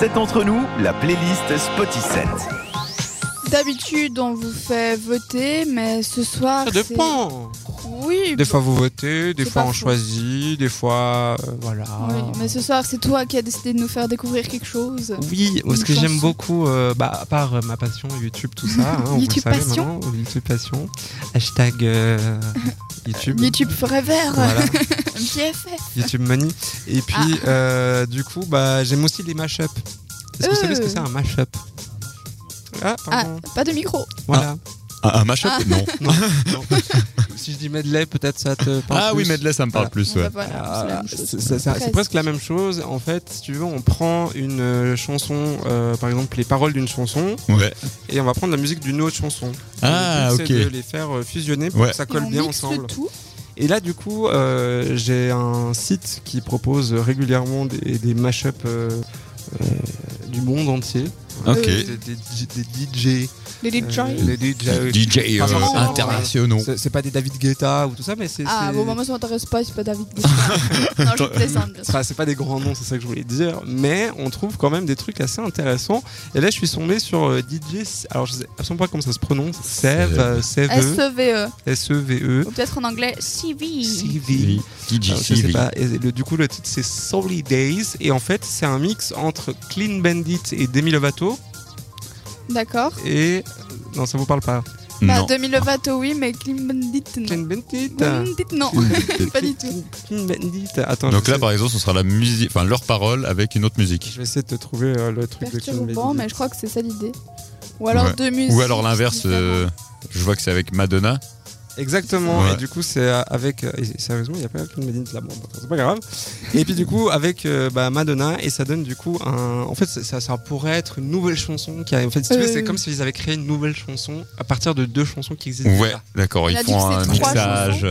C'est entre nous, la playlist Spotify. D'habitude, on vous fait voter, mais ce soir. Ça c'est- dépend. Oui, Des bon, fois vous votez, des C'est fois pas on faux. choisit, des fois euh, voilà. oui, mais ce soir, c'est toi qui as décidé de nous faire découvrir quelque chose. Oui, parce Une que j'aime chanson. beaucoup, euh, bah, à part euh, ma passion YouTube, tout ça, hein, vous le YouTube savez passion. maintenant, YouTube passion, hashtag euh, YouTube, YouTube Forever, Voilà. MPFF. YouTube money. Et puis, Ah. euh, du coup, bah, j'aime aussi les mashups. Est-ce que vous savez ce que Euh. c'est un mashup Ah, Ah, pardon. pas de micro. Voilà. Un, un mashup Ah. Non. Non. si je dis medley, peut-être ça te parle Ah oui, plus. Medley, ça me parle plus. Bon, ouais. bah voilà, c'est la Ah, même chose. c'est- c'est- C'est c'est presque la même chose. En fait, si tu veux, on prend une euh, chanson, euh, par exemple les paroles d'une chanson, Ouais. et on va prendre la musique d'une autre chanson. Ah, Le but, ok. C'est de les faire euh, fusionner pour Ouais. que ça Et colle on bien mixe ensemble. tout. Et là, du coup, euh, j'ai un site qui propose régulièrement des, des mashups euh, euh, du monde entier. Euh, Ok. Des, des- des DJ. Les euh, DJ. des DJ. euh, DJ euh, Pas forcément, internationaux. c'est- C'est pas des David Guetta ou tout ça, mais c'est. Ah, c'est- bon, bah, moi, ça m'intéresse pas, c'est pas David. Guetta. non, je plaisante, bien sûr. Enfin, c'est pas des grands noms, c'est ça que je voulais dire, mais on trouve quand même des trucs assez intéressants. Et là, je suis tombé sur euh, DJ. Alors, je sais absolument pas comment ça se prononce. Sève, euh, Sève, SEVE, S-E-V-E, ou peut-être E en anglais E CV. CV. DJ Alors, je sais Siri. Ah, pas. Et le- du coup, le titre c'est Sorry Days, et en fait, c'est un mix entre Clean Bandit et Demi Lovato. D'accord. Et euh, non, ça vous parle pas. Bah, Non. 2000 Lovato, oui, mais Clean Bandit, non. Clean Bandit. Clean Bandit, non. pas du tout. Clean Bandit. Attends. Donc je là, vais- par exemple, ce sera la musique, enfin leur parole avec une autre musique. je vais essayer de te trouver euh, le truc de Clean Perturbant, Bandit. mais je crois que c'est ça l'idée. Ou alors Ouais. deux musiques. Ou alors l'inverse, euh, différentes. je vois que c'est avec Madonna. Exactement, Ouais. et du coup c'est euh, avec... euh, et sérieusement, il n'y a pas qu'une Medine là, bon, bah, c'est pas grave. Et puis du coup avec euh, bah, Madonna, et ça donne du coup un... En fait ça, ça- ça pourrait être une nouvelle chanson qui a... En fait si tu veux, Euh. c'est comme s'ils avaient créé une nouvelle chanson à partir de deux chansons qui existent Ouais, déjà. d'accord, Il ils a dit font que un c'est trois mixage.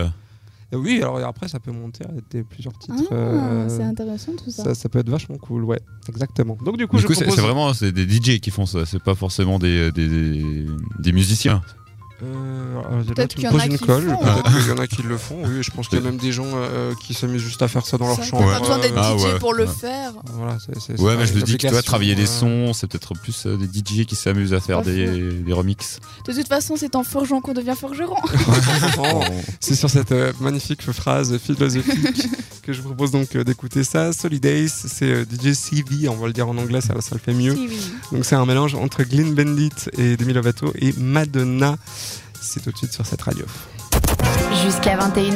Et oui, alors et après ça peut monter à des- plusieurs Ah, titres. euh, c'est intéressant tout ça. ça, ça peut être vachement cool, ouais, exactement. Donc du coup, Du je coup, c'est propose... c'est vraiment c'est des DJ qui font ça, c'est pas forcément des, des, des- des musiciens. Euh, alors, là, Peut-être tu me qu'il y en poses a une qui colle, le font, peut-être Ah. qu'il y en a qui le font, oui, je pense qu'il y a même des gens euh, qui s'amusent juste à faire ça dans leur Ça, chambre. Pas besoin d'être euh, Ah DJ ouais. pour le Ouais. faire. Voilà, c'est- c'est- Ouais, c'est mais je me dis que tu vois, l'application, travailler euh, des sons, c'est peut-être plus euh, des DJ qui s'amusent à pas faire faux. des, des remixes. De toute façon, c'est en forgeant qu'on devient forgeron. Oh, C'est sur cette euh, magnifique phrase philosophique que je vous propose donc euh, d'écouter ça. Solidays, c'est euh, DJ CV, on va le dire en anglais, ça, ça le fait mieux. Si, oui. Donc c'est un mélange entre Glyn Bendit et Demi Lovato et Madonna. C'est tout de suite sur cette radio. Jusqu'à 21h.